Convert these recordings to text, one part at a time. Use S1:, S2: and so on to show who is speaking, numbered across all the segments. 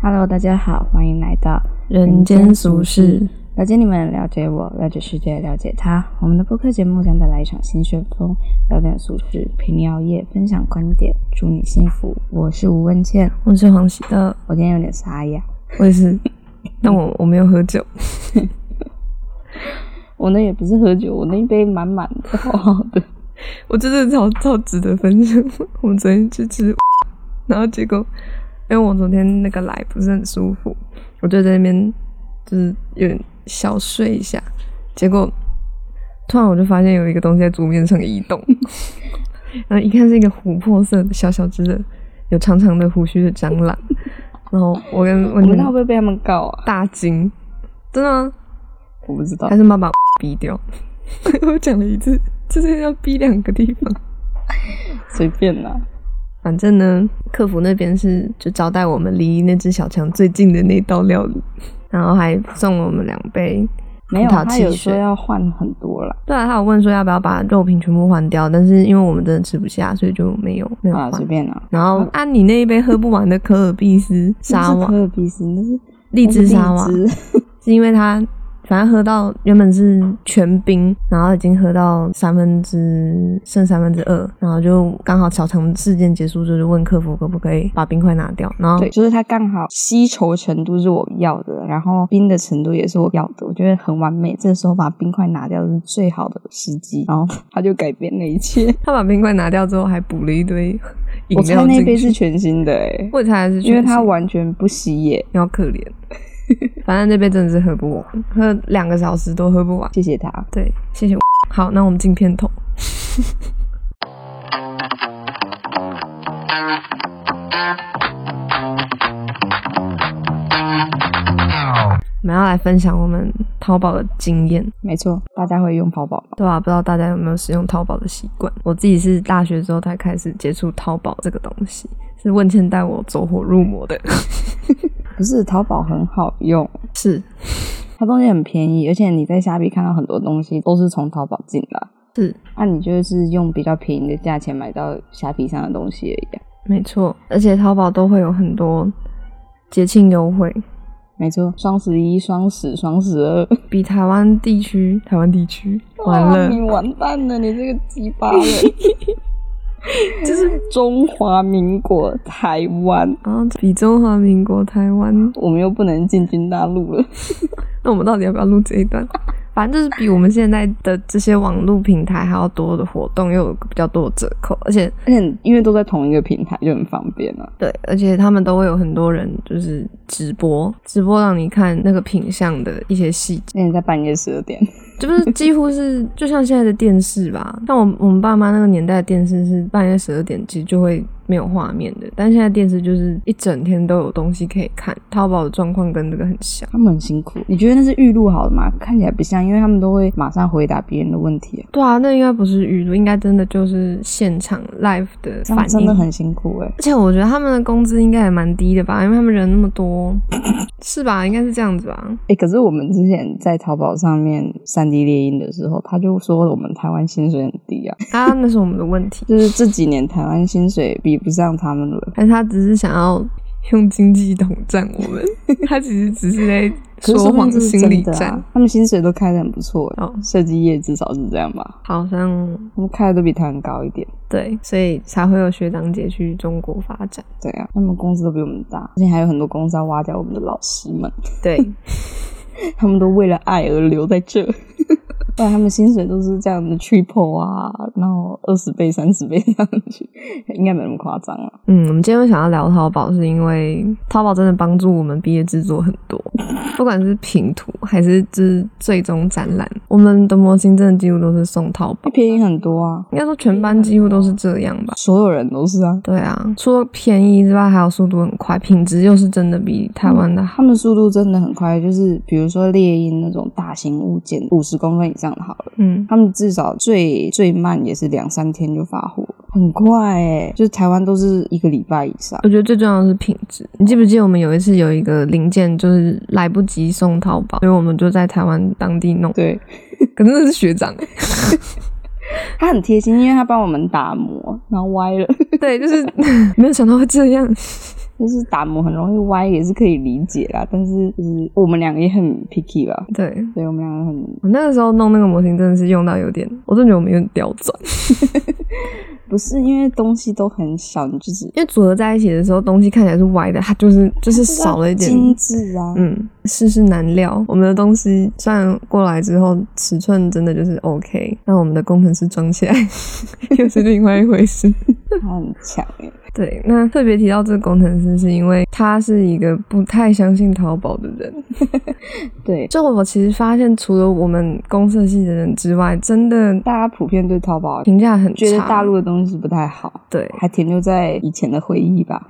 S1: Hello，大家好，欢迎来到
S2: 人间俗事，
S1: 了解你们，了解我，了解世界，了解他。我们的播客节目将带来一场新旋风，聊点俗事，陪你熬夜，分享观点，祝你幸福。我是吴文倩，
S2: 我是黄喜乐，
S1: 我今天有点沙哑，
S2: 我也是，但我我没有喝酒，
S1: 我那也不是喝酒，我那一杯满满的，好好的。
S2: 我真的超超值得分享。 我们昨天去吃， 然后结果因为我昨天那个来不是很舒服，我就在那边就是有点小睡一下，结果突然我就发现有一个东西在桌面上移动，然后一看是一个琥珀色的小小只的、有长长的胡须的蟑螂，然后我跟
S1: 我
S2: 我
S1: 们
S2: 跟
S1: 那会不会被他们告啊？
S2: 大惊，真的、啊。
S1: 我不知道
S2: 还，是妈妈把 逼掉？我讲了一次，就是要逼两个地方。
S1: 随便啦。
S2: 反正呢，客服那边是就招待我们离那只小强最近的那道料理，然后还送我们两杯葡
S1: 没有，
S2: 萄
S1: 他有
S2: 汽
S1: 说
S2: 水。
S1: 要换很多啦。
S2: 对啊，他有问说要不要把肉品全部换掉，但是因为我们真的吃不下，所以就没有没有
S1: 啊，
S2: 换。
S1: 随便啦。
S2: 然后按、啊、你那一杯喝不完的可尔必斯沙
S1: 那是
S2: 瓦
S1: 可尔必斯，那是
S2: 荔枝沙
S1: 那
S2: 瓦
S1: 是，荔枝
S2: 是因为他反正喝到原本是全冰，然后已经喝到三分之剩三分之二，然后就刚好小肠事件结束，就是问客服可不可以把冰块拿掉，然后
S1: 对，就是它刚好吸稠程度是我要的，然后冰的程度也是我要的，我觉得很完美。这时候把冰块拿掉是最好的时机，然后它就改变了一切。
S2: 他把冰块拿掉之后还补了一堆饮
S1: 我
S2: 料
S1: 猜那
S2: 进
S1: 杯
S2: 去，
S1: 是全新的诶、
S2: 我猜是
S1: 因为它
S2: 玩
S1: 完全不吸耶。
S2: 比较可 怜，反正那杯真的是喝不完，喝两个小时都喝不完。
S1: 谢谢他。
S2: 对，谢谢。好，那我们进片头。我们要来分享我们淘宝的经验，
S1: 没错，大家会用淘宝吗？
S2: 对啊吧、不知道大家有没有使用淘宝的习惯？我自己是大学之后才开始接触淘宝这个东西，是问倩带我走火入魔的。
S1: 不是，淘宝很好用，
S2: 是
S1: 它东西很便宜，而且你在虾皮看到很多东西都是从淘宝进来。
S2: 是，
S1: 那、你就是用比较便宜的价钱买到虾皮上的东西而已啊、
S2: 没错，而且淘宝都会有很多节庆优惠，
S1: 没错，双十一、双十、双十二。
S2: 比台湾地区，台湾地区完
S1: 哇
S2: 了，
S1: 你完蛋了，你这个鸡巴 人！就是中华民国台湾，
S2: 然后比中华民国台湾，
S1: 我们又不能进军大陆了。
S2: 那我们到底要不要录这一段？反正就是比我们现在的这些网络平台还要多的活动，又有比较多的折扣，而且
S1: 而且因为都在同一个平台，就很方便啊了、
S2: 对，而且他们都会有很多人就是直播，直播让你看那个品相的一些细节，
S1: 那你在半夜十二点，
S2: 就是 几乎是就像现在的电视吧，像我我们爸妈那个年代的电视是半夜十二点其实就会没有画面的，但现在电视就是一整天都有东西可以看，淘宝的状况跟这个很像。
S1: 他们很辛苦。你觉得那是预录好的吗？看起来不像，因为他们都会马上回答别人的问题、啊，
S2: 对啊，那应该不是语录，应该真的就是现场 live 的
S1: 这样
S2: 反应。
S1: 真的很辛苦哎、
S2: 而且我觉得他们的工资应该也蛮低的吧，因为他们人那么 多，是吧？应该是这样子吧。
S1: 哎、可是我们之前在淘宝上面三 D 猎鹰的时候，他就说我们台湾薪水很低啊，
S2: 啊，那是我们的问题，
S1: 就是这几年台湾薪水比不上他们了。
S2: 还是他只是想要用经济统战我 们？他其实只是在
S1: 可是
S2: 说
S1: 说不定
S2: 谎，
S1: 这是
S2: 心理
S1: 真的
S2: 战。
S1: 啊。他们薪水都开的很不错，
S2: 哦
S1: 设计业至少是这样吧？
S2: 好像
S1: 他们开的都比台湾高一点。
S2: 对，所以才会有学长姐去中国发展。
S1: 对啊，他们工资都比我们大，而且还有很多公司要挖掉我们的老师们，
S2: 对，
S1: 他们都为了爱而留在这。 不然他们薪水都是这样的 triple 啊，然后二十倍、三十倍这样去，应该没那么夸张啊。
S2: 嗯，我们今天会想要聊淘宝，是因为淘宝真的帮助我们毕业制作很多，不管是平图还是就是最终展览，我们的模型真的几乎都是送淘宝。
S1: 便宜很多啊，
S2: 应该说全班几乎都是这样吧。
S1: 所有人都是啊。
S2: 对啊，除了便宜之外，还有速度很快，品质又是真的比台湾的好。
S1: 他们速度真的很快，就是比如说猎鹰那种大型物件，五十公分以上的好了。
S2: 嗯，
S1: 他们至少最最慢也是两三天就发货，很快哎、就是台湾都是一个礼拜以上。
S2: 我觉得最重要的是品质。你记不记得我们有一次有一个零件就是来不及送淘宝，所以我们就在台湾当地弄。
S1: 对，
S2: 可是那是学长，欸
S1: 他很贴心，因为他帮我们打磨，然后歪了。
S2: 对，就是没有想到会这样。
S1: 就是打磨很容易歪，也是可以理解啦。但是就是我们两个也很 picky 吧，
S2: 对
S1: 对我们两个很
S2: 我那个时候弄那个模型真的是用到有点，我真的觉得我们有点刁钻，
S1: 不是因为东西都很小，你就是
S2: 因为组合在一起的时候东西看起来是歪的，它就是就是
S1: 就是要
S2: 少了一点
S1: 精致啊。
S2: 嗯，世事难料。我们的东西虽然过来之后尺寸真的就是 OK，但我们的工程师装起来 又是另外一回事。
S1: 他很强哎，
S2: 对，那特别提到这个工程师，是因为他是一个不太相信淘宝的人。
S1: 对，
S2: 就我其实发现，除了我们公社系的人之外，真的
S1: 大家普遍对淘宝
S2: 评价很差。
S1: 觉得大陆的东西不太好，
S2: 对
S1: 还停留在以前的回忆吧，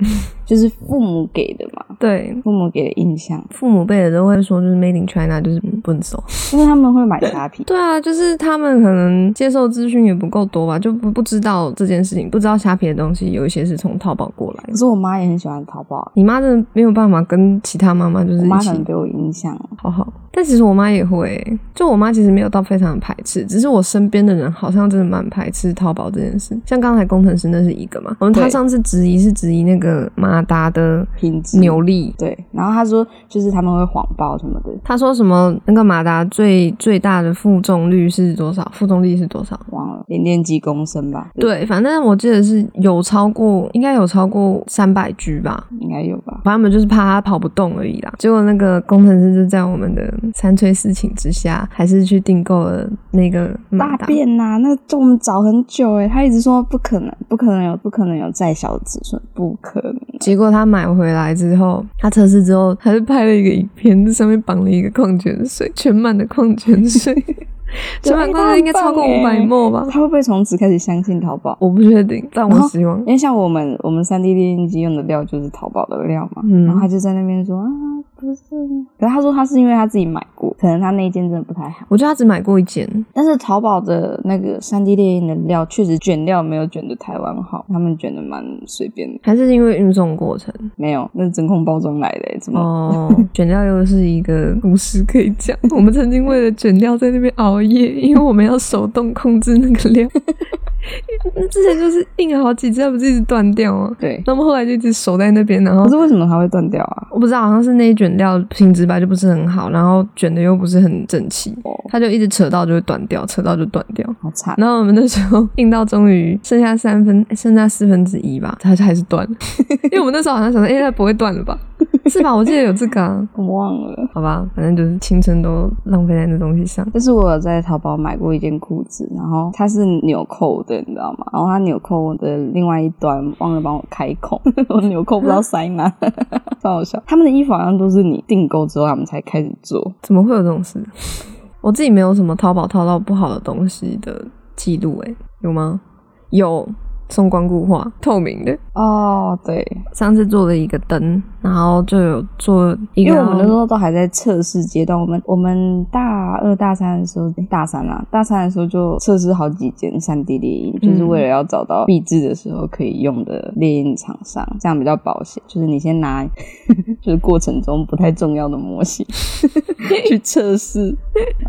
S1: 就是父母给的嘛，
S2: 对
S1: 父母给的印象，
S2: 父母辈的都会说，就是 Made in China 就是嗯不能收。
S1: 因为他们会买虾皮，
S2: 对啊，就是他们可能接受资讯也不够多吧，就不不知道这件事情，不知道虾皮的东西有一些是从淘宝过来
S1: 可。是我妈也很喜欢淘宝，
S2: 你妈真的没有办法跟其他妈妈就是
S1: 我
S2: 一
S1: 妈可能
S2: 起
S1: 被我影响，
S2: 好好，但其实我妈也会欸、就我妈其实没有到非常的排斥，只是我身边的人好像真的蛮排斥淘宝这件事。像刚才工程师那是一个嘛，我们
S1: 对
S2: 他上次质疑是质疑那个马达的
S1: 品质
S2: 扭力，
S1: 对，然后她说就是他们会谎报什么的，
S2: 他说什么那个马达最最大的负重率是多少？负重力是多少？
S1: 忘了零点几公升吧，
S2: 对，反正我记得是有超过，应该有超过三百 G 吧。
S1: 应该有吧，
S2: 反正我们就是怕他跑不动而已啦。结果那个工程师就在我们的三催四请之下，还是去订购了那个马
S1: 大
S2: 达。
S1: 便呐、那个我们找很久哎，她一直说不可能，不可能有，不可能有再小的尺寸，不可能，
S2: 结果他买回来之后，他测试之后，还是拍了一个影片，这上面绑了一个矿泉水，全满的矿 泉水，全满矿泉水应该超过五百沫吧？
S1: 她会不会从此开始相信淘宝？
S2: 我不确定，但我
S1: 欸然后
S2: 希望
S1: 因。为像我们我们三 D 打印机用的料就是淘宝的料嘛，
S2: 嗯
S1: 然后他就在那边说啊不是，可是他说他是因为他自己买过，可能他那一件真的不太好。
S2: 我觉得他只买过一件，
S1: 但是淘宝的那个三 D 打印的料确实卷料没有卷的台湾好，他们卷的蛮随便的，
S2: 还是因为运送过程
S1: 没有那是真空包装来的、欸，怎么？
S2: 哦。 卷料又是一个故事可以讲。我们曾经为了卷料在那边熬夜，因为我们要手动控制那个料。之前就是印了好几次，它不是一直断掉吗？
S1: 对，
S2: 那么后来就一直守在那边，然后
S1: 可是为什么它会断掉啊？
S2: 我不知道，好像是那一卷料品质吧就不是很好，然后卷的又不是很整齐，
S1: 哦，
S2: 它就一直扯到就会断掉，扯到就断掉。
S1: 好惨，
S2: 然后我们那时候 印到终于剩下三分，诶剩下四分之一吧，它还是断了， 因为我们那时候好像想说，哎、它不会断了吧？ 是吧？我记得有这个、啊，
S1: 我忘了。
S2: 好吧，反正就是青春都浪费在那东西上。
S1: 但是我有在淘宝买过一件裤子，然后它是纽扣的，你知道吗？然后它纽扣的另外一端忘了帮我开孔， 我纽扣不知道塞哪， 超好笑。他们的衣服好像都是你订购之后他们才开始做，
S2: 怎么会有这种事？我自己没有什么淘宝淘到不好的东西的记录，哎，有吗？有送光固化，透明的。
S1: 哦，对，
S2: 上次做了一个灯，然后就有做一个，
S1: 因为我们那时候都还在测试阶段，我们我们大二大三的时候，诶大三啦、大三的时候就测试好几间三 D 猎鹰，就是为了要找到壁纸的时候可以用的猎鹰厂商，这样比较保险。就是你先拿， 就是过程中不太重要的模型 去测试，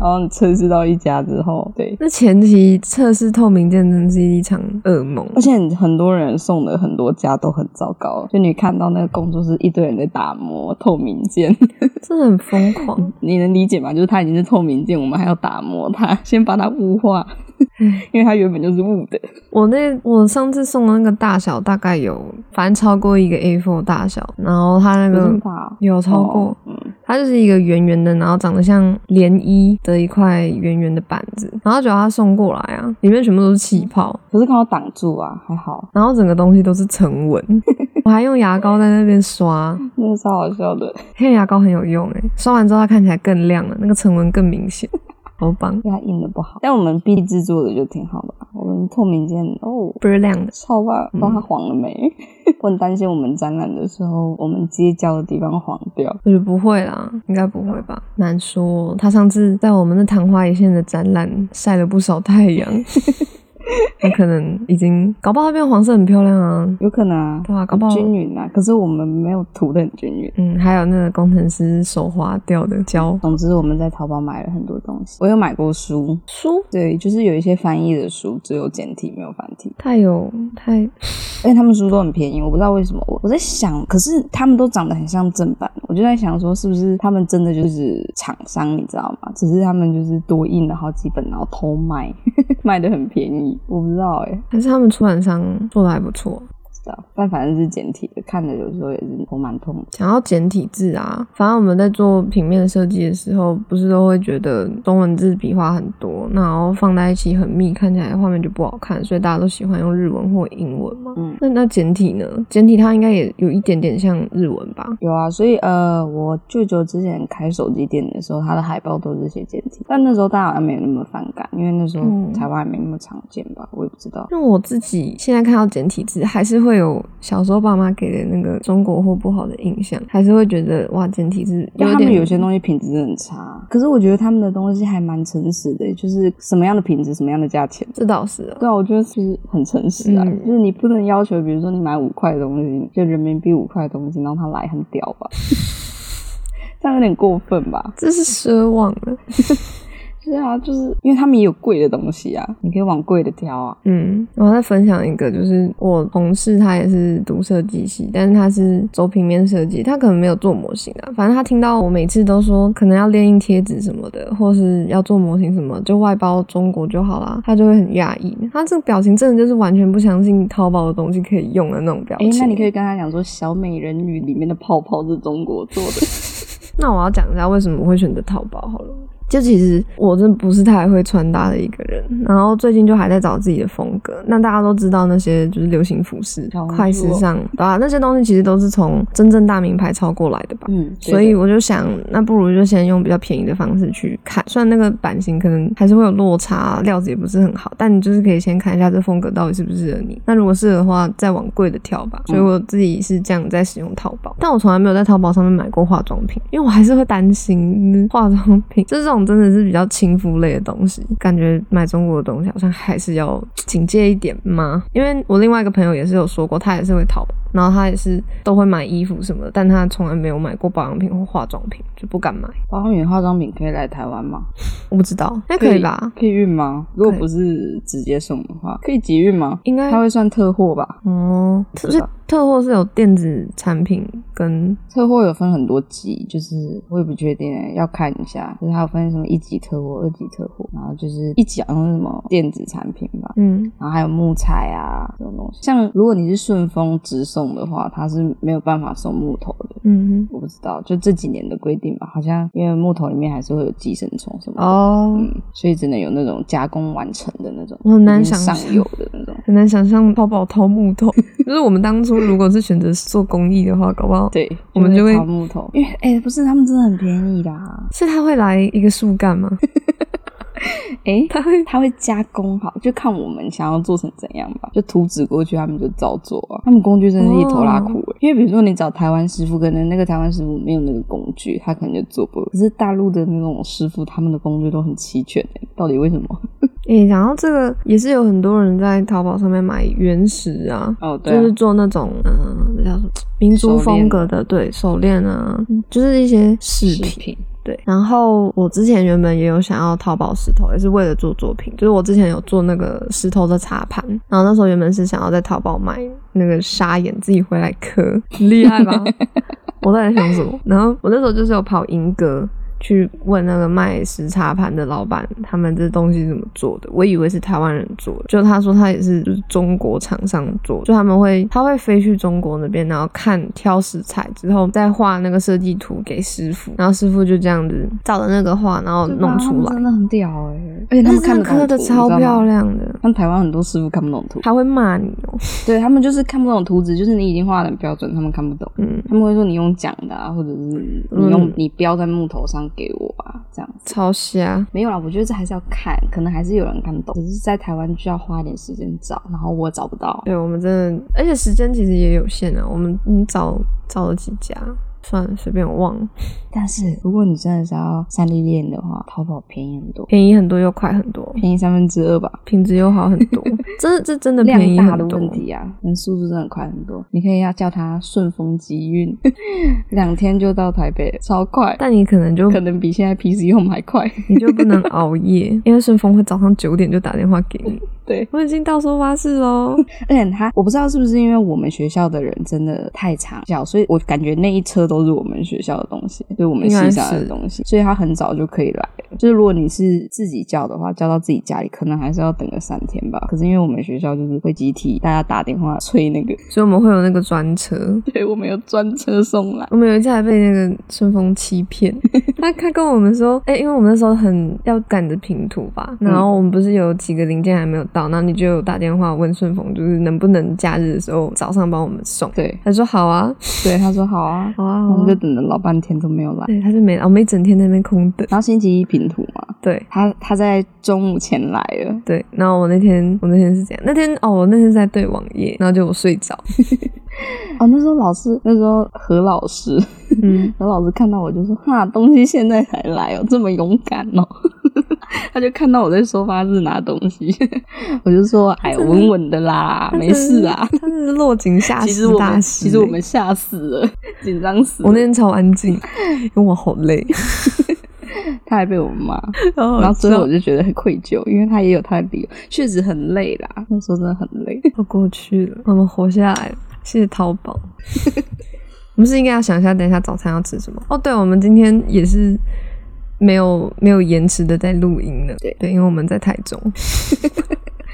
S1: 然后你测试到一家之后，对。
S2: 那前期测试透明件真是一场噩梦。
S1: 而且很多人送的很多家都很糟糕，就你看到那个工作室一堆人在打磨透明件，
S2: 真的很疯狂。
S1: 你能理解吗？就是它已经是透明件，我们还要打磨它，先把它雾化，
S2: 嗯
S1: 因为它原本就是雾的。
S2: 我那我上次送的那个大小大概有，反正超过一个 A4 大小，然后它那
S1: 有这
S2: 个
S1: 么大哦
S2: 有嗯超过，
S1: 哦嗯，
S2: 它就是一个圆圆的，然后长得像涟漪的一块圆圆的板子，然后结果它送过来啊，里面全部都是气泡，
S1: 可是刚好挡住啊，还好，
S2: 然后整个东西都是沉纹，我还用牙膏在那边刷，
S1: 那个超好笑的。
S2: 黑牙膏很有用诶，刷完之后它看起来更亮了，那个唇纹更明显，好棒，
S1: 对它印的不好，但我们壁制做的就挺好的吧。我们透明件哦，
S2: 倍儿亮的。
S1: 超棒，不知道它黄了没？ 我很担心我们展览的时候，我们接胶的地方黄掉。
S2: 我觉得不会啦，应该不会吧？难说。他上次在我们的昙花一现的展览晒了不少太阳， 那可能已经搞不好它变黄色很漂亮啊。
S1: 有可能啊，
S2: 对啊搞不好
S1: 均匀啊。可是我们没有涂的很均匀。
S2: 嗯，还有那个工程师手滑掉的胶
S1: 总之，我们在淘宝买了很多东西。我有买过书，
S2: 书，
S1: 对，就是有一些翻译的书，只有简体没有繁体，
S2: 太有太
S1: 而且他们书都很便宜，我不知道为什么。我我在想，可是他们都长得很像正版，我就在想说，是不是他们真的就是厂商，你知道吗？只是他们就是多印了好几本，然后偷卖， 卖的很便宜，我不知道哎、欸，
S2: 还是他们出版商做的还不错。
S1: 不知道。但反正是简体的，看的有时候也是头蛮痛的。
S2: 讲到简体字啊，反正我们在做平面设计的时候，不是都会觉得中文字笔画很多，然后放在一起很密，看起来画面就不好看，所以大家都喜欢用日文或英文嘛。
S1: 嗯
S2: 那那简体呢？简体它应该也有一点点像日文吧？
S1: 有啊，所以呃，我舅舅之前开手机店的时候，他的海报都是写简体，但那时候大家好像没有那么反感，因为那时候
S2: 嗯
S1: 台湾还没那么常见吧，我也不知道。
S2: 那我自己现在看到简体字，还是会有小时候爸妈给的那个中国货不好的印象，还是会觉得哇，简体字
S1: 因为
S2: 有
S1: 他们
S2: 点
S1: 有些东西品质真的很差，可是我觉得他们的东西还蛮诚实的，欸就是什么样的品质，什么样的价钱。
S2: 这倒是啊，
S1: 对啊，我觉得就是很诚实啊，
S2: 嗯
S1: 就是你不能要求，比如说你买五块的东西，就人民币五块的东西，然后他来很屌吧， 这样有点过分吧？
S2: 这是奢望啊了。
S1: 是啊，就是因为他们也有贵的东西啊，你可以往贵的挑啊。
S2: 嗯，我要再分享一个，就是我同事他也是读设计系，但是他是走平面设计，他可能没有做模型啊。反正他听到我每次都说可能要列印贴纸什么的，或是要做模型什么，就外包中国就好啦，他就会很讶异。他这个表情真的就是完全不相信淘宝的东西可以用的那种表
S1: 哎、
S2: 情。
S1: 那你可以跟他讲说，小美人鱼里面的泡泡是中国做的。
S2: 那我要讲一下为什么我会选择淘宝好了。就其实我真的不是太会穿搭的一个人，然后最近就还在找自己的风格。那大家都知道那些就是流行服饰
S1: 小、红书哦
S2: 快时尚，对啊吧、那些东西其实都是从真正大名牌抄过来的吧。
S1: 嗯，对
S2: 所以
S1: 的
S2: 我就想，那不如就先用比较便宜的方式去看，虽然那个版型可能还是会有落差，料子也不是很好，但你就是可以先看一下这风格到底适不适合你。那如果适合的话，再往贵的挑吧。
S1: 嗯
S2: 所以我自己是这样在使用淘宝，但我从来没有在淘宝上面买过化妆品，因为我还是会担心 化妆品，就这种真的是比较亲肤类的东西，感觉买中国的东西好像还是要警戒一点嘛。因为我另外一个朋友也是有说过，他也是会淘宝。然后他也是都会买衣服什么的，但他从来没有买过保养品或化妆品，就不敢买。
S1: 保养品化妆品可以来台湾吗？
S2: 我不知道，应该可以吧？
S1: 可以运吗？如果
S2: 可以
S1: 不是直接送的话，可以集运吗？
S2: 应该
S1: 它会算特货吧？
S2: 哦，所以特货是有电子产品跟
S1: 特货有分很多级，就是我也不确定，要看一下。就是它有分什么一级特货、二级特货，然后就是一级好像是什么电子产品吧，
S2: 嗯
S1: 然后还有木材啊这种东西。像如果你是顺丰直送的话，它是没有办法送木头的。
S2: 嗯
S1: 我不知道，就这几年的规定吧，好像因为木头里面还是会有寄生虫什么的，
S2: 哦，
S1: 嗯，所以只能有那种加工完成的那种，
S2: 我很难
S1: 已经
S2: 想象
S1: 上游的那种。
S2: 很难想象淘宝淘木头， 就是我们当初如果是选择做公益的话，搞不好
S1: 对，
S2: 我们就会
S1: 淘木头，因为哎、不是他们真的很便宜啦，
S2: 是他会来一个树干 吗？
S1: 哎、
S2: 他会
S1: 它会加工好，就看我们想要做成怎样吧。就图纸过去，他们就照做啊。他们工具真的是一头拉苦、欸因为比如说你找台湾师傅，可能那个台湾师傅没有那个工具，他可能就做不了。可是大陆的那种师傅，他们的工具都很齐全、欸，到底为什么？
S2: 诶、然后这个也是有很多人在淘宝上面买原石啊，
S1: 哦，对、
S2: 就
S1: 啊
S2: 是，做那种嗯、呃叫什么民族风格的，对手链啊，就是一些饰
S1: 饰
S2: 品。
S1: 品，
S2: 对，然后我之前原本也有想要淘宝石头，也是为了做作品，就是我之前有做那个石头的茶盘，然后那时候原本是想要在淘宝买那个砂岩，自己回来刻，很厉害吧？我到底想什么？ 然后我那时候就是有跑银阁。去问那个卖石茶盘的老板，他们这东西怎么做的？我以为是台湾人做的，就他说他也是就是中国厂商做的，就他们会他会飞去中国那边，然后看挑食材之后，再画那个设计图给师傅，然后师傅就这样子照着那个画，然后弄出
S1: 对吧他们
S2: 来
S1: 真，的很屌哎、而且他们看得懂
S2: 刻的
S1: 图
S2: 超漂。
S1: 你知道吗
S2: 亮的，
S1: 像台湾很多师傅看不懂图，
S2: 还会骂你哦，
S1: 对他们就是看不懂图纸，就是你已经画的很标准，他们看不懂。
S2: 嗯，
S1: 他们会说你用讲的啊，或者是你用、你标在木头上给我啊，这样子。
S2: 超瞎，
S1: 没有啦，我觉得这还是要看，可能还是有人看懂，只是在台湾需要花一点时间找，然后我找不到。
S2: 嗯对我们真的，而且时间其实也有限啊，我们你找找了几家，算了，随便我忘了，
S1: 但是如果你真的是要三 D 练的话，淘宝便宜很多，
S2: 便宜很多又快很多，
S1: 便宜三分之二吧。
S2: 品质又好很 多，这这真的
S1: 量
S2: 便宜
S1: 大的
S2: 很多
S1: 问。题啊，人速度真的快很多。你可以要叫它顺风集运，两天就到台北了，超快，
S2: 但你可能就
S1: 可能比现在 PC 用还快。
S2: 你就不能熬夜，因为顺丰会早上九点就打电话给你，
S1: 对，
S2: 我已经到收发室喽。
S1: 而且他，我不知道是不是因为我们学校的人真的太常叫，所以我感觉那一车都是我们学校的东西，对我们系上的东西，所以他很早就可以来了。就是如果你是自己叫的话，叫到自己家里，可能还是要等个三天吧。可是因为我们学校就是会集体大家打电话催那个，
S2: 所以我们会有那个专车，
S1: 对我们有专车送来，
S2: 我们有一次还被那个顺丰欺 骗，他他跟我们说，哎、因为我们那时候很要赶着平图吧，然后我们不是有几个零件还没有到，然后你就有打电话问顺丰，就是能不能假日的时候早上帮我们送。
S1: 对
S2: 他说好啊，
S1: 对，他说好啊，
S2: 好啊，
S1: 我
S2: 好
S1: 们
S2: 啊
S1: 就等了老半天都没有来，
S2: 对，他就没，我们一整天在那边空等。
S1: 然后星期一平图嘛，
S2: 对，
S1: 他他在中午前来了，
S2: 对，然后我那天我那天是这样，那天哦，我那天是在对网页，然后就我睡着，
S1: 哦，那时候老师那时候何老师。
S2: 嗯，
S1: 然后老师看到我就说：“哈，东西现在才来哦，这么勇敢哦。” 他就看到我在收发室拿东西， 我就说：“哎，
S2: 真的
S1: 稳稳的啦，没事啊。
S2: 他真的是落井”下
S1: 其实
S2: 石
S1: 我
S2: 大
S1: 们
S2: 师欸。欸
S1: 其实我们吓死了， 紧张死了。
S2: 我那天超安静，因为我好累，
S1: 他还被我骂，
S2: 然后
S1: 然后最后我
S2: 就
S1: 就觉得很愧疚，因为他也有他的理由，确实很累啦，那时候真的很 累。
S2: 都过去了，我们活下来了，谢谢淘 宝。我们是应该要想一下，等一下早餐要吃什么？哦，对，我们今天也是没有没有延迟的在录音呢。
S1: 对
S2: 对，因为我们在台中，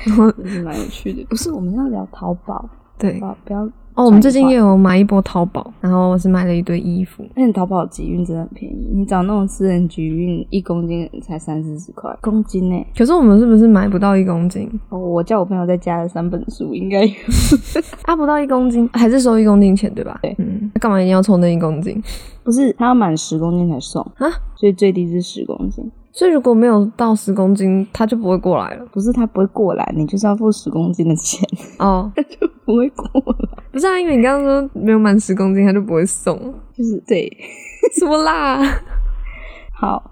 S2: 然后
S1: 真是蛮有趣嗯的，不是我们要聊淘宝，
S2: 对
S1: 啊，不要
S2: 哦，我们最近也有买一波淘宝，然后我是买了一堆衣服。
S1: 而且淘宝集运真的很便宜，你找那种私人集运一公斤才三四十块，公斤呢、欸
S2: 可是我们是不是买不到一公斤？
S1: 哦，我叫我朋友再加了三本书，应该有
S2: 啊，不到一公斤，还是收一公斤钱对吧？
S1: 对
S2: 嗯，那干嘛一定要凑那一公斤
S1: 不是他要满十公斤才送，
S2: 啊？
S1: 所以最低是十公斤。
S2: 所以如果没有到十公斤，他就不会过来了。
S1: 不是他不会过来，你就是要付十公斤的钱，
S2: 哦，
S1: 他就不会过来。
S2: 不是啊，因为你刚刚说没有满十公斤，他就不会送，
S1: 就是对，
S2: 什么啦？
S1: 好，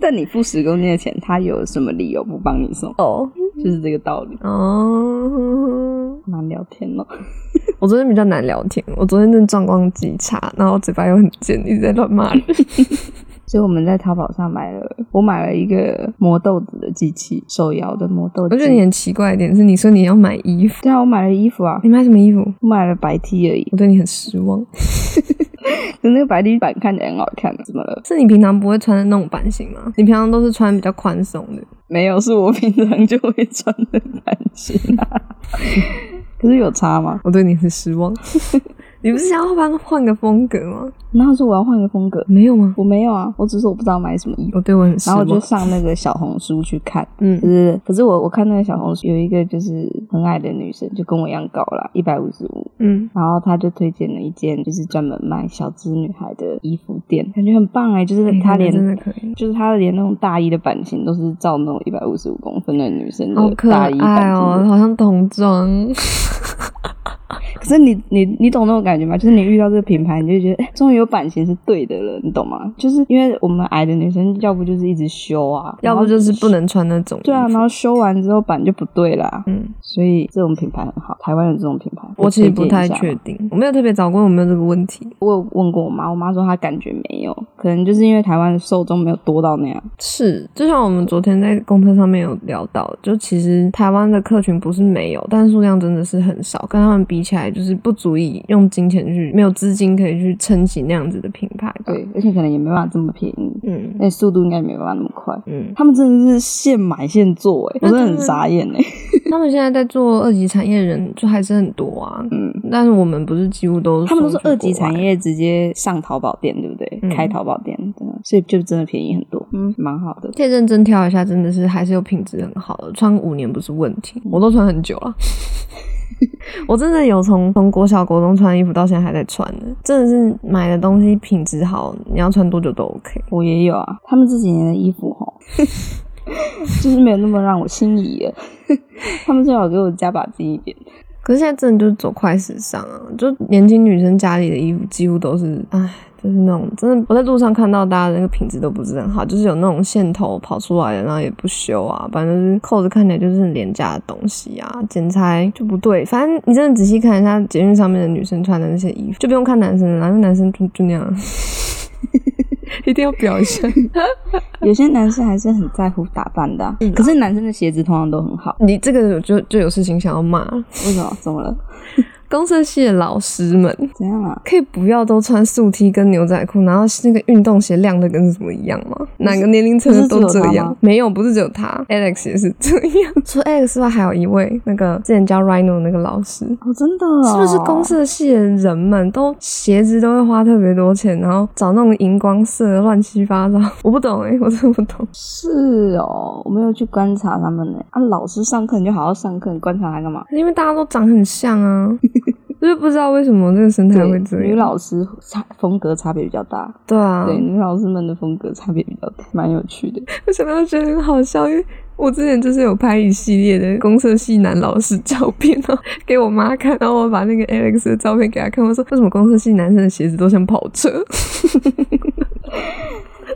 S1: 但你付十公斤的钱，他有什么理由不帮你送？
S2: 哦
S1: 就是这个道理。
S2: 哦，
S1: 蛮聊天哦，
S2: 我昨天比较难聊天，我昨天真的状况极差，然后嘴巴又很贱，一直在 乱骂人。
S1: 所以我们在淘宝上买了，我买了一个磨豆子的机器，手摇的磨豆机。
S2: 我觉得你很奇怪一点是，你说你要买衣服，
S1: 对啊，我买了衣服啊
S2: 你，买什么衣服？
S1: 我买了白 T 而已，
S2: 我对你很失望。
S1: 可是那个白 T 版看起来很好看，啊怎么了？
S2: 是你平常不会穿的那种版型吗？你平常都是穿比较宽松的。
S1: 没有，是我平常就会穿的版型啊。 可是有差吗？
S2: 我对你很失 望。你不是想要换换个风格吗？
S1: 然后说我要换个风格，
S2: 没有吗？
S1: 我没有啊，我只是我不知道买什么衣服。
S2: 我对我很失
S1: 然后
S2: 望。
S1: 我就上那个小红书去看，
S2: 嗯
S1: 就，是可是我我看那个小红书有一个就是很矮的女生，就跟我一样高啦，一百五十五，
S2: 嗯，
S1: 然后她就推荐了一间就是专门卖小资女孩的衣服店，感觉很棒哎、就是
S2: 哎
S1: 她连、
S2: 真的可以，
S1: 就是她连那种大衣的版型都是照那种一百五十五公分的女生
S2: 好
S1: 的
S2: 可
S1: 大衣版
S2: 爱
S1: 型
S2: 哦，好像童装。
S1: 可是你你你懂那种感觉吗？就是你遇到这个品牌，你就会觉得哎终于有版型是对的了，你懂吗？就是因为我们矮的女生，要不就是一直修啊，
S2: 要
S1: 然
S2: 不
S1: 后
S2: 就是不能穿那种衣服。
S1: 对啊，然后修完之后版就不对啦。
S2: 嗯，
S1: 所以这种品牌很好，台湾有这种品牌，
S2: 我其实不太
S1: 推荐一
S2: 确
S1: 下嘛。
S2: 定，我没有特别找过有没有这个问题。
S1: 我有问过我妈，我妈说她感觉没有，可能就是因为台湾的受众没有多到那样。
S2: 是，就像我们昨天在公车上面有聊到，就其实台湾的客群不是没有，但数量真的是很少，跟他们比起来，就是不足以用金钱去，没有资金可以去撑起那样子的品牌吧。
S1: 对，而且可能也没办法这么便宜，
S2: 嗯
S1: 那速度应该没办法那么快。
S2: 嗯，
S1: 他们真的是现买现做、欸，哎，我真的很傻眼哎、
S2: 他们现在在做二级产业的人就还是很多啊，
S1: 嗯，
S2: 但是我们不是几乎都
S1: 他们都是
S2: 送去
S1: 二级
S2: 国外
S1: 产，业直接上淘宝店，对不对？
S2: 嗯
S1: 开淘宝店，真的，所以就真的便宜很多，嗯，蛮好的。
S2: 可以认真挑一下，真的是还是有品质很好的，穿五年不是问题，我都穿很久了。 我真的有从从国小国中穿衣服到现在还在穿的，真的是买的东西品质好，你要穿多久都 OK。
S1: 我也有啊，他们这几年的衣服吼， 就是没有那么让我心仪了。他们最好给我加把劲一点。
S2: 可可是现在真的就是走快时尚啊，就年轻女生家里的衣服几乎都是，唉，就是那种真的，我在路上看到大家的那个品质都不是很好，就是有那种线头跑出来的，然后也不修啊，反正就是扣子看起来就是很廉价的东西啊，剪裁就不对。反正你真的仔细看一下捷运上面的女生穿的那些衣服，就不用看男生了啦，因为男生就就那样。 一定要表一下，
S1: 有些男生还是很在乎打扮的啊、
S2: 嗯
S1: 可是男生的鞋子通常都很好。
S2: 你这个就就有事情想要骂
S1: 为什么？怎么了？
S2: 公社系的老师们，
S1: 怎样啊？
S2: 可以不要都穿素 T 跟牛仔裤，然后那个运动鞋晾的跟什么一样吗？哪个年龄层的都这
S1: 不是只有他
S2: 样
S1: 吗？
S2: 没有，不是只有他，Alex 也是这样。 除了 Alex 之外，还有一位那个之前教 Rhino 那个老师，
S1: 哦，真的、哦？
S2: 是不是公社系的人们都鞋子都会花特别多钱，然后找那种荧光色乱七八糟？ 我不懂哎、我真的不懂。
S1: 是哦，我没有去观察他们呢。啊，老师上课你就好好上课，你观察他干嘛？
S2: 因为大家都长很像 啊，就是不知道为什么这个生态会这
S1: 女
S2: 样。
S1: 老师差风格差别比较大，
S2: 对啊，
S1: 对，女老师们的风格差别比较大，蛮有趣的。
S2: 我想到觉得很好笑，因为我之前就是有拍一系列的公社系男老师照片然后给我妈看，然后我把那个 Alex 的照片给她看，我说为什么公社系男生的鞋子都像跑车？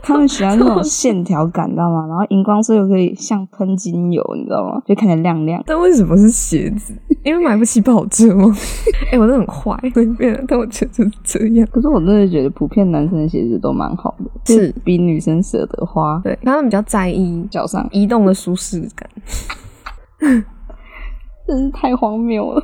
S1: 他们喜欢 那种线条感，你知道吗？然后荧光色又可以像喷精油，你知道吗？就看起来亮亮。
S2: 但为什么是鞋子？因为买不起跑车吗？ 哎、我真的很坏，随便了，但我觉得就是这样。
S1: 可是我真的觉得，普遍男生的鞋子都蛮好的，
S2: 是
S1: 就比女生舍得花
S2: 对，他们比较在意
S1: 脚上，
S2: 移动的舒适感，
S1: 真是太荒谬了。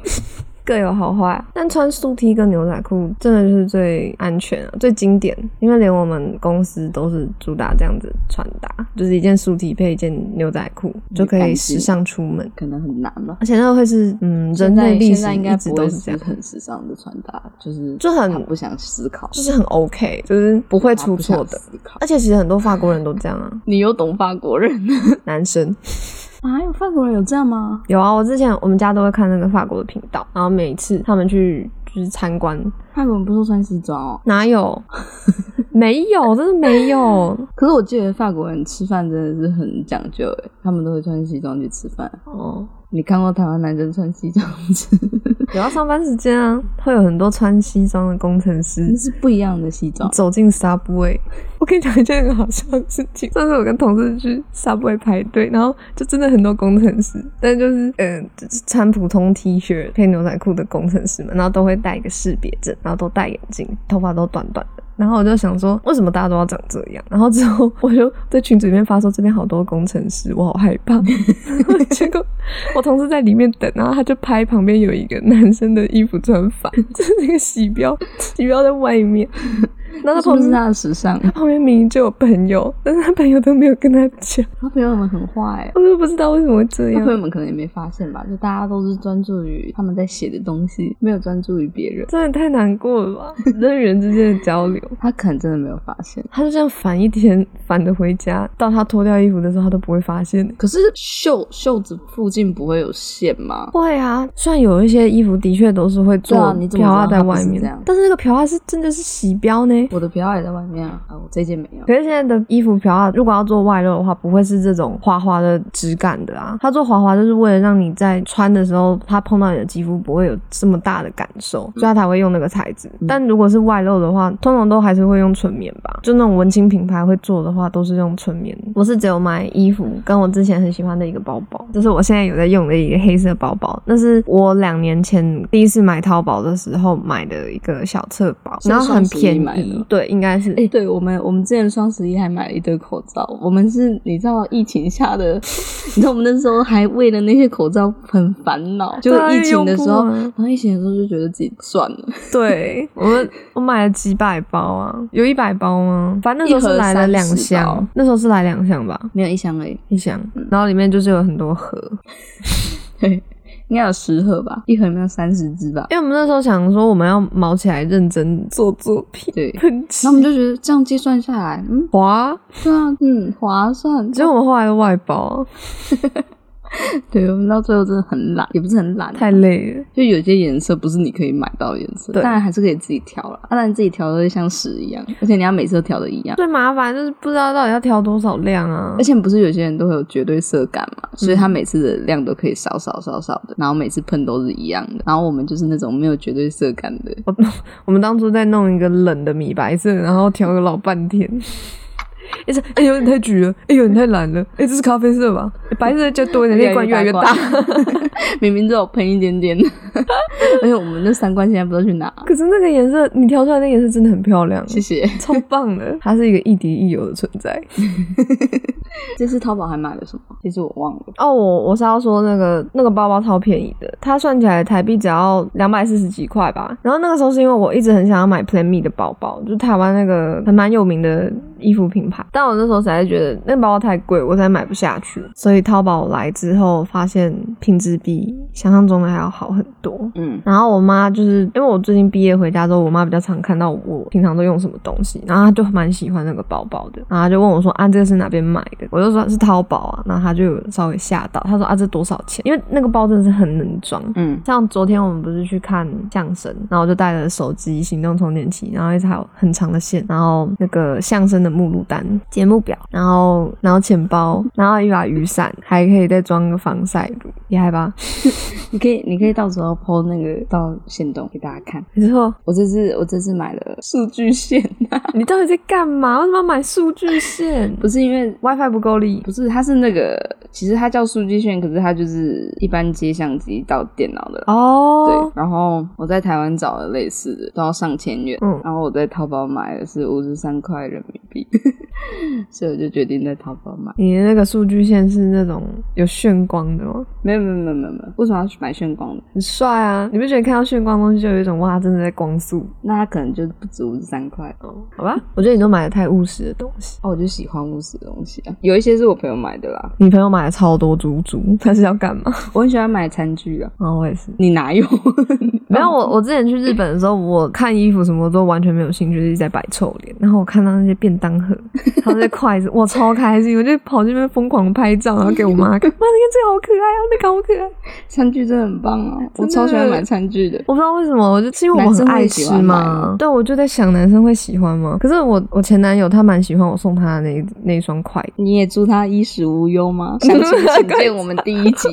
S2: 各有好坏。但穿素 T 跟牛仔裤真的是最安全啊，最经典。因为连我们公司都是主打这样子穿搭，就是一件素 T 配一件牛仔裤，就可以时尚出门。
S1: 可能很难吧。
S2: 而且那个会是，嗯，人
S1: 现在
S2: 类历
S1: 现
S2: 史
S1: 在应
S2: 一
S1: 该
S2: 直
S1: 不
S2: 都
S1: 会
S2: 是这样，
S1: 很时尚的穿搭，就是
S2: 就很
S1: 他不想思考，
S2: 就是很 OK，就是不会出错
S1: 他
S2: 的
S1: 啊不。想思考。
S2: 而且其实很多法国人都这样啊，
S1: 你又懂法国人
S2: 男生。
S1: 啊？有法国人有这样吗？
S2: 有啊，我之前我们家都会看那个法国的频道，然后每一次他们去就是参观，
S1: 法国人不是都穿西装哦？
S2: 哪有？没有，真的没有。
S1: 可是我记得法国人吃饭真的是很讲究诶，他们都会穿西装去吃饭。
S2: 哦，
S1: 你看过台湾男生穿西装吃？
S2: 有要上班时间啊，会有很多穿西装的工程师
S1: 那是啊不一样的西装。
S2: 走进 Subway。我跟你讲一件很好笑的事情，上次我跟同事去 Subway 排队，然后就真的很多工程师，但就是嗯、呃，就是穿普通 T 恤配牛仔裤的工程师们，然后都会戴一个识别证，然后都戴眼镜，头发都短短的。然后我就想说，为什么大家都要长这样？然后之后我就在群组里面发说，这边好多工程师，我好害怕。然后 结果我同事在里面等，然后他就拍旁边有一个男生的衣服穿反， 就是那个洗标，洗标在外面。
S1: 是不是
S2: 然后他旁边
S1: 他的时尚？
S2: 旁边明明就有朋友，但是他朋友都没有跟他讲，
S1: 他朋友们很坏欸诶，
S2: 我都不知道为什么会这
S1: 他朋友
S2: 样。
S1: 们可能也没发现吧，就大家都是专注于他们在写的东西，没有专注于别人。
S2: 真的太难过了吧？人与人之间的交流，
S1: 他可能真的没有发现。
S2: 他就这样反一天，反的回家，到他脱掉衣服的时候，他都不会发现。
S1: 可是袖袖子附近不会有线吗？
S2: 会啊，虽然有一些衣服的确都是会做
S1: 对啊你怎么
S2: 漂
S1: 知道
S2: 蜡在
S1: 它不
S2: 外
S1: 是
S2: 面，
S1: 这样
S2: 但是那个漂蜡啊是真的是洗标呢。
S1: 我的皮包也在外面啊，啊我这件没有。
S2: 可是现在的衣服漂蜡，如果要做外露的话，不会是这种滑滑的质感的啊。它做滑滑就是为了让你在穿的时候，它碰到你的肌肤不会有这么大的感受，所以它才会用那个材质。
S1: 嗯
S2: 但如果是外露的话，通常都还是会用纯棉吧。就那种文青品牌会做的话，都是用纯棉。我是只有买衣服，跟我之前很喜欢的一个包包，就是我现在有在用的一个黑色包包，那是我两年前第一次买淘宝的时候买的一个小侧包，
S1: 是
S2: 然后很
S1: 双十一
S2: 便
S1: 买的
S2: 宜
S1: 吗，
S2: 对，应该是。
S1: 哎、对我们，我们之前双十一还买了一堆口罩。我们是，你知道疫情下的， 你知道我们那时候还为了那些口罩很烦恼。就
S2: 对啊
S1: 疫情的时候，
S2: 用不完
S1: 然后疫情的时候就觉得自己算了，
S2: 对我们，我买了几百包啊，有一百包吗？反正那时候是来了两
S1: 一盒30
S2: 箱
S1: 包，
S2: 那时候是来两箱吧，
S1: 没有一箱而已，
S2: 一箱，然后里面就是有很多盒，
S1: 对，应该有十盒吧，一盒里面有三十支吧。
S2: 因为我们那时候想说我们要毛起来认真做作品，
S1: 对
S2: 很奇
S1: 然后我们就觉得这样计算下来，嗯，
S2: 滑，
S1: 对啊，嗯，划算。
S2: 结果我们后来都外包，
S1: 对我们到最后真的很懒，也不是很懒啊，
S2: 太累了。
S1: 就有些颜色不是你可以买到的颜色，
S2: 对
S1: 当然还是可以自己调啦。当然自己调的会像屎一样，而且你要每次都调的一样。
S2: 最麻烦就是不知道到底要调多少量啊
S1: 而，且不是有些人都会有绝对色感嘛，所以他每次的量都可以少少少少的，然后每次喷都是一样的。然后我们就是那种没有绝对色感的，
S2: 我们当初在弄一个冷的米白色，然后调个老半天。哎、这哎有点太橘了，哎有点太蓝了，哎这是咖啡色吧？哎白色就多一点，那罐越来越大。
S1: 明明只有喷一点点， 而且我们那三罐现在不知道去哪。
S2: 可是那个颜色，你调出来那个颜色真的很漂亮，
S1: 谢谢，
S2: 超棒的。 它是一个亦敌亦友的存在。
S1: 这次淘宝还买了什么？其实我忘了。
S2: 哦，我我是要说那个那个包包超便宜的，它算起来台币只要两百四十几块吧。然后那个时候是因为我一直很想要买 Plan Me 的包包，就台湾那个还蛮有名的衣服品牌，但我那时候实在觉得那个包包太贵，我实在买不下去，所以淘宝来之后发现品质比想象中的还要好很多。
S1: 嗯，
S2: 然后我妈就是因为我最近毕业回家之后，我妈比较常看到我平常都用什么东西，然后她就蛮喜欢那个包包的，然后她就问我说啊这个是哪边买的？我就说是淘宝啊，然后她就有稍微吓到，她说啊这多少钱？因为那个包真的是很能装。
S1: 嗯，
S2: 像昨天我们不是去看相声，然后我就带了手机、行动充电器，然后一直还有很长的线，然后那个相声的目录单、节目表，然后然后钱包，然后一把雨伞，还可以再装个防晒乳，厉害吧？
S1: 你可以，你可以到时候 PO 那个到线动给大家看。
S2: 没错，
S1: 我这次我这次买了数据线、
S2: 你到底在干嘛？为什么要买数据线？
S1: 不是因为
S2: WiFi 不够力
S1: 不是，它是那个，其实它叫数据线，可是它就是一般接相机到电脑的。
S2: 哦
S1: 对，，然后我在台湾找了类似的，都要上千元。
S2: 嗯
S1: 然后我在淘宝买的是五十三块人民币， 所以我就决定在淘宝买。
S2: 你的那个数据线是那种有炫光的吗？
S1: 没有没有没有没有没有，为什么要去买炫光的？
S2: 很帅啊！你不觉得看到炫光的东西就有一种哇，真的在光速
S1: 那它可能就不止五十三块。
S2: 哦？好吧，我觉得你都买的太务实的东西。
S1: 哦，我就喜欢务实的东西啊，有一些是我朋友买的啦，
S2: 你朋友买了超多猪 猪，他是要干嘛？
S1: 我很喜欢买餐具啊。
S2: 然哦后我也是，
S1: 你哪有？
S2: 没有我，我之前去日本的时候，我看衣服什么都完全没有兴趣，就是一直在摆臭脸。然后我看到那些便当 盒，还有那些筷子，我超开心，我就跑这边疯狂拍照，然后给我妈 看。妈，你看这个好可爱哦、那个好可爱。
S1: 餐具真的很棒啊，我
S2: 真的
S1: 超喜欢买餐具的。
S2: 我不知道为什么，我就是因为我很
S1: 男生会
S2: 爱吃
S1: 喜欢买
S2: 嘛
S1: 吗。
S2: 对，我就在想男生会喜欢吗？可是我我前男友他蛮喜欢我送他的那一那一双筷子，
S1: 你也祝他衣食无忧吗？详情请见我们第一集。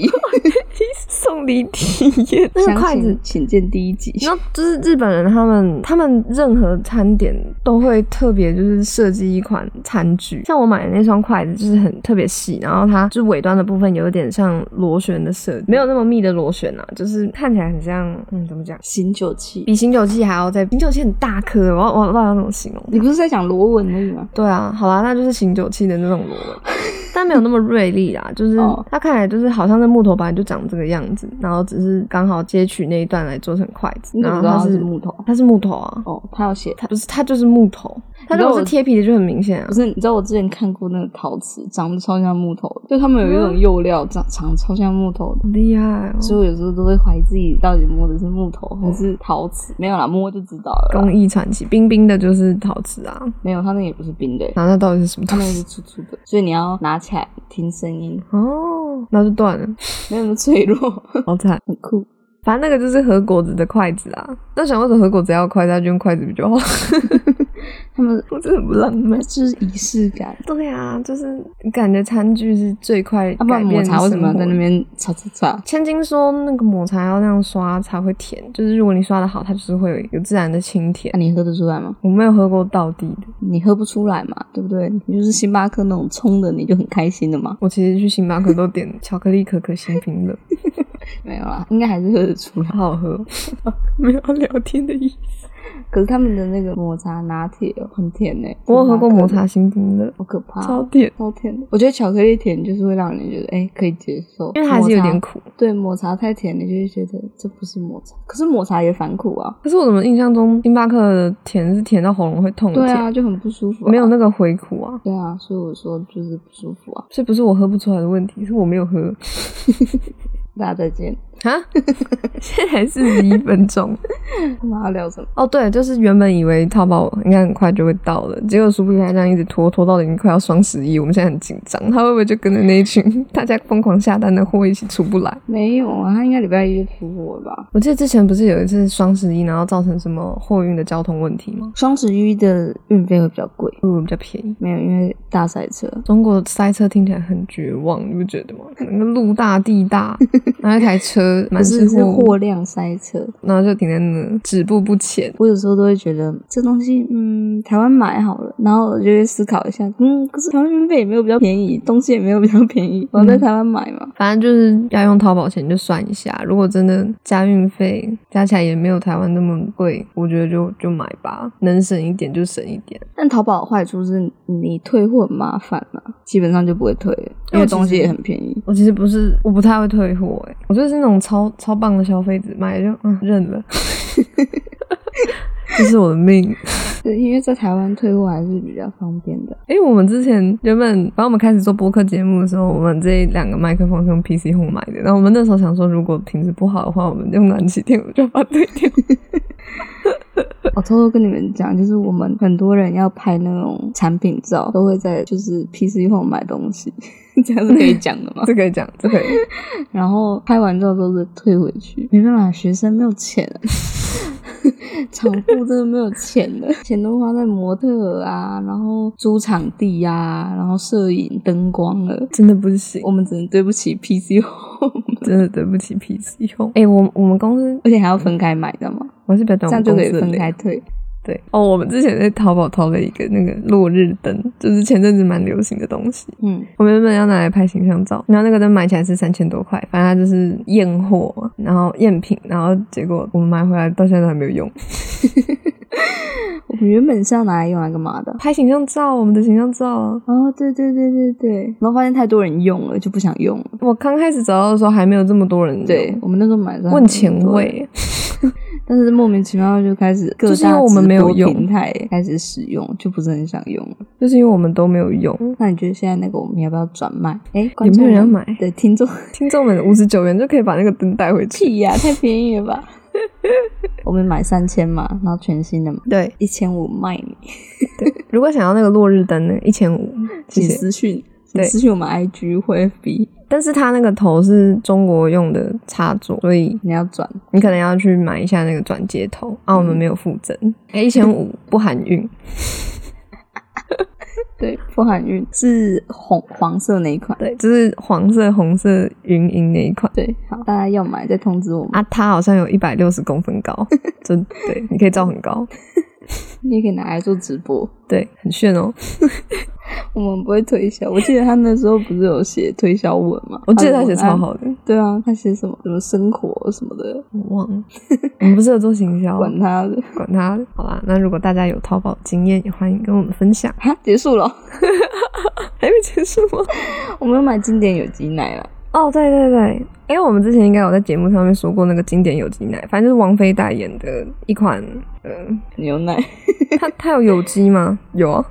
S2: 送礼体验那
S1: 详
S2: 个
S1: 情
S2: 筷子。
S1: 请见第一集。
S2: 你知道，就是日本人他们他们任何餐点都会特别就是设计一款餐具，像我买的那双筷子就是很特别细，然后它就是尾端的部分有一点像螺旋的设计，没有那么密的螺旋啊，就是看起来很像嗯怎么讲，
S1: 醒酒器，
S2: 比醒酒器还要再醒酒器很大颗，我我我不知道要怎么形容。
S1: 你不是在讲螺纹而已吗？
S2: 对啊，好啦，那就是醒酒器的那种螺纹， 但没有那么锐利啦，就是
S1: 哦
S2: 它看起来就是好像那木头本来就长这个样子，然后只是刚好截取那一段来做成筷子，
S1: 你怎
S2: 然
S1: 么知
S2: 后
S1: 道它
S2: 它嗯是
S1: 是木头
S2: 它是木头啊，
S1: 哦，他要写
S2: 它不是它就是木头，它
S1: 你知
S2: 如
S1: 道
S2: 果是
S1: 我
S2: 贴皮的就很明显啊
S1: 不，是，你知道我之前看过那个陶瓷，长得超像木头的，就他们有一种釉料长长得超像木头的，
S2: 很厉害哦，
S1: 所以我有时候都会怀疑自己到底摸的是木头还是陶瓷。没有啦，摸就知道了啦。
S2: 工艺传奇，冰冰的就是陶瓷啊，
S1: 没有，它那个也不是冰的，
S2: 然后那到底是什么
S1: 它
S2: 东
S1: 那个
S2: 西？
S1: 是粗粗的，所以你要拿起来听声音，
S2: 哦，那就 断了，
S1: 没有那么脆弱，
S2: 好惨。
S1: 很酷。
S2: 反正那个就是和果子的筷子啊，那想为什么和果子要筷子，他就用筷子比较好？
S1: 他们
S2: 我真的很不浪漫
S1: 那。就是仪式感，
S2: 对啊，就是感觉餐具是最快
S1: 啊要、不
S2: 改
S1: 然抹
S2: 变
S1: 茶为什么要在那
S2: 生活的？
S1: 边擦擦擦？
S2: 千金说那个抹茶要那样刷才会甜，就是如果你刷的好，它就是会有自然的清甜
S1: 那、。你喝得出来吗？
S2: 我没有喝过道地的，
S1: 你喝不出来嘛，对不对？你就是星巴克那种冲的，你就很开心的嘛。
S2: 我其实去星巴克都点巧克力可可星冰乐，
S1: 没有啦，应该还是喝得出来。
S2: 好 好喝，没有聊天的意思。
S1: 可是他们的那个抹茶拿铁哦很甜呢、
S2: 我有喝过抹
S1: 星巴克
S2: 茶星冰乐
S1: 的，，好可怕
S2: 超
S1: 哦、
S2: 甜，
S1: 超甜的。我觉得巧克力甜就是会让人觉得哎、可以接受，
S2: 因为它还是有点
S1: 抹茶。
S2: 苦。
S1: 对，抹茶太甜，你就会觉得这不是抹茶。可是抹茶也反苦啊。
S2: 可是我怎么印象中星巴克的甜是甜到喉咙会痛的
S1: 对
S2: 甜，
S1: 啊，就很不舒服、
S2: 没有。那个回苦啊。
S1: 对啊，所以我说就是不舒服啊。
S2: 所以不是我喝不出来的问题，是我没有喝。
S1: 大家再见。
S2: 啊， 现在还四十一分钟。
S1: 我们要聊什么？
S2: 哦，对，就是原本以为淘宝应该很快就会到了，结果殊不知他这样一直拖，拖到已经快要双十一，我们现在很紧张，他会不会就跟着那一群大家疯狂下单的货一起出不来？
S1: 没有啊，他应该礼拜一就出货了吧？
S2: 我记得之前不是有一次双十一，然后造成什么货运的交通问题吗？
S1: 双十一的运费会比较贵，
S2: 嗯，比较便宜。
S1: 没有，因为大塞车。
S2: 中国塞车听起来很绝望，你不觉得吗？那个路大地 大，然后一台车
S1: 不
S2: 满
S1: 是
S2: 是
S1: 是
S2: 货，
S1: 货量塞车，
S2: 然后就停在那，止步不前。
S1: 我有时候都会觉得这东西，嗯，台湾买好了，然后我就会思考一下，嗯，可是台湾运费也没有比较便宜，东西也没有比较便宜，我要在台湾买嘛，
S2: 反正就是要用淘宝钱就算一下，如果真的加运费加起来也没有台湾那么贵，我觉得就就买吧，能省一点就省一点。
S1: 但淘宝的坏处是你退货很麻烦嘛，基本上就不会退了，
S2: 因
S1: 因
S2: 为
S1: 为
S2: 其实
S1: 东西也很便宜。
S2: 我其实不是，我不太会退货，哎，我就是那种超超棒的消费者，买就嗯认了， 这是我的命。
S1: 对，因为在台湾退货还是比较方便的。
S2: 哎、我们之前原本，反正我们开始做播客节目的时候，我们这两个麦克风是用 PC 互买的。然后我们那时候想说，如果品质不好的话，我们用暖气垫，我们就把它退掉。
S1: 我偷偷跟你们讲，就是我们很多人要拍那种产品照，都会在就是 PC 后买东西， 这样是可以讲的吗？
S2: 这可以讲，这可以。
S1: 然后拍完照都是退回去，没办法，学生没有钱、啊， 厂部真的没有钱的，钱都花在模特儿啊，然后租场地呀、啊，然后摄影、灯光了。
S2: 真的不行，
S1: 我们只能对不起哦 PC Home，
S2: 真的对不起 PC
S1: 哦
S2: 后。哎、我我们公司，
S1: 而且还要分开买，知道吗？
S2: 我还是比较
S1: 这
S2: 讲我
S1: 样
S2: 们
S1: 就
S2: 公
S1: 可以
S2: 司的
S1: 分
S2: 雷
S1: 开退。
S2: 对哦，我们之前在淘宝淘了一个那个落日灯，就是前阵子蛮流行的东西。
S1: 嗯，
S2: 我们原本要拿来拍形象照，然后那个灯买起来是三千多块，反正它就是验货嘛，然后赝品，然后结果我们买回来到现在都还没有用。
S1: 我们原本是要拿来用来干嘛的？
S2: 拍形象照，我们的形象照啊。
S1: 哦，对对对对对，然后发现太多人用了，就不想用了。
S2: 我刚开始找到的时候还没有这么多人用
S1: 对，我们那时候买的时候
S2: 问
S1: 还
S2: 前
S1: 蛮多的，
S2: 卫，
S1: 但是莫名其妙就开始各
S2: 就是因为
S1: 大
S2: 我们
S1: 直
S2: 没有
S1: 播
S2: 用
S1: 平台开始使用，就不是很想用了。
S2: 就是因为我们都没有用。
S1: 那你觉得现在那个我们要不要转卖？哎，
S2: 有
S1: 观
S2: 没
S1: 众
S2: 有人要
S1: 们
S2: 买？
S1: 对，听众
S2: 听众们五十九元就可以把那个灯带回去。
S1: 屁呀、太便宜了吧？我们买三千嘛，然后全新的嘛，
S2: 对，
S1: 一千五卖你，
S2: 如果想要那个落日灯呢，一千五，谢
S1: 请
S2: 谢。
S1: 私讯，请
S2: 对
S1: 私讯我们 IG 或 FB，
S2: 但是它那个头是中国用的插座，所以
S1: 你要转，
S2: 你可能要去买一下那个转接头。啊，我们没有附赠，哎、一千五不含运，
S1: 对，不含运是红黄色那一款，
S2: 对，就是黄色、红色、云银那一款。
S1: 对，好，大家要买再通知我们，
S2: 啊，它好像有一百六十公分 高，就对，你可以照很高，
S1: 你也可以拿来做直播，
S2: 对，很炫哦。
S1: 我们不会推销，我记得他那时候不是有写推销文嘛，
S2: 我记得
S1: 他
S2: 他
S1: 的文
S2: 写超
S1: 案，
S2: 好的，
S1: 对啊，他写什么什么生活什么的，
S2: 哎我忘了，我们不适合做行销，啊
S1: 管他的，
S2: 管他的。好啦，那如果大家有淘宝经验，也欢迎跟我们分享。
S1: 哈，结束了。
S2: 还没结束吗？
S1: 我们有买经典有机奶了，
S2: 哦，对对对，因为我们之前应该有在节目上面说过那个经典有机奶，反正就是王菲代言的一款， 嗯、
S1: 牛奶。
S2: 它它有有机吗？有啊。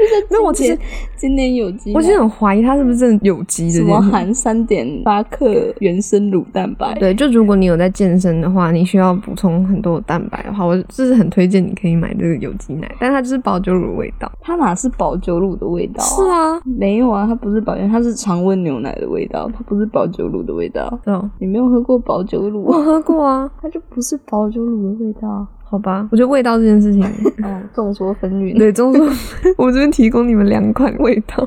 S2: 那我其实
S1: 经典经典有机奶，
S2: 我其实很怀疑它是不是真的有机
S1: 什
S2: 这
S1: 么
S2: 件事。
S1: 含三点八克原生乳蛋白，
S2: 对，就如果你有在健身的话，你需要补充很多蛋白的话，我就是很推荐你可以买这个有机奶，但它就是保酒乳的味道。
S1: 它哪是保酒乳的味道、
S2: 是，啊，
S1: 没有啊，它不是保酒，它是常温牛奶的味道，它不是保酒乳的味道。
S2: 对哦，
S1: 你没有喝过保酒乳
S2: 我， 喝过啊。
S1: 它就不是保酒乳的味道。啊
S2: 好吧，我觉得味道这件 事情，
S1: 哦，众说纷纭，
S2: 对，中说， 我这边提供你们两款味道。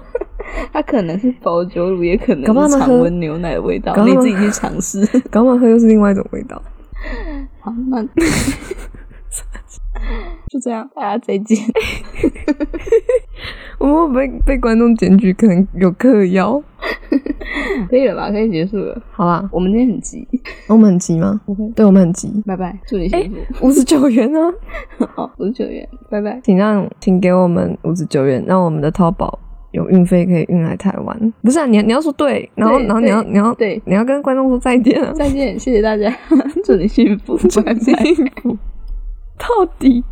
S1: 它可能是保酒乳，也可
S2: 搞不好
S1: 能
S2: 他
S1: 是
S2: 们喝
S1: 常温牛奶的味道
S2: 搞，不
S1: 你
S2: 好
S1: 自己去尝 试。
S2: 搞满喝又是另外一种味道。
S1: 好， 那就这样，大家再见。
S2: 我们会不会被观众检举？可能有嗑药。
S1: 可以了吧？可以结束了。
S2: 好啊啦，
S1: 我们今天很急，
S2: 我们很急吗？对，我们很急。
S1: 拜拜，祝你幸福。
S2: 五十九元啊，
S1: 好，我是九元，拜拜。
S2: 请让请给我们五十九元，让我们的淘宝有运费可以运来台湾。不是啊，你你要说对，然后
S1: 对
S2: 然后你要你要
S1: 对
S2: 你要跟观众说再见 啊，
S1: 再见，谢谢大家，祝你幸福，拜拜。
S2: 幸福到底。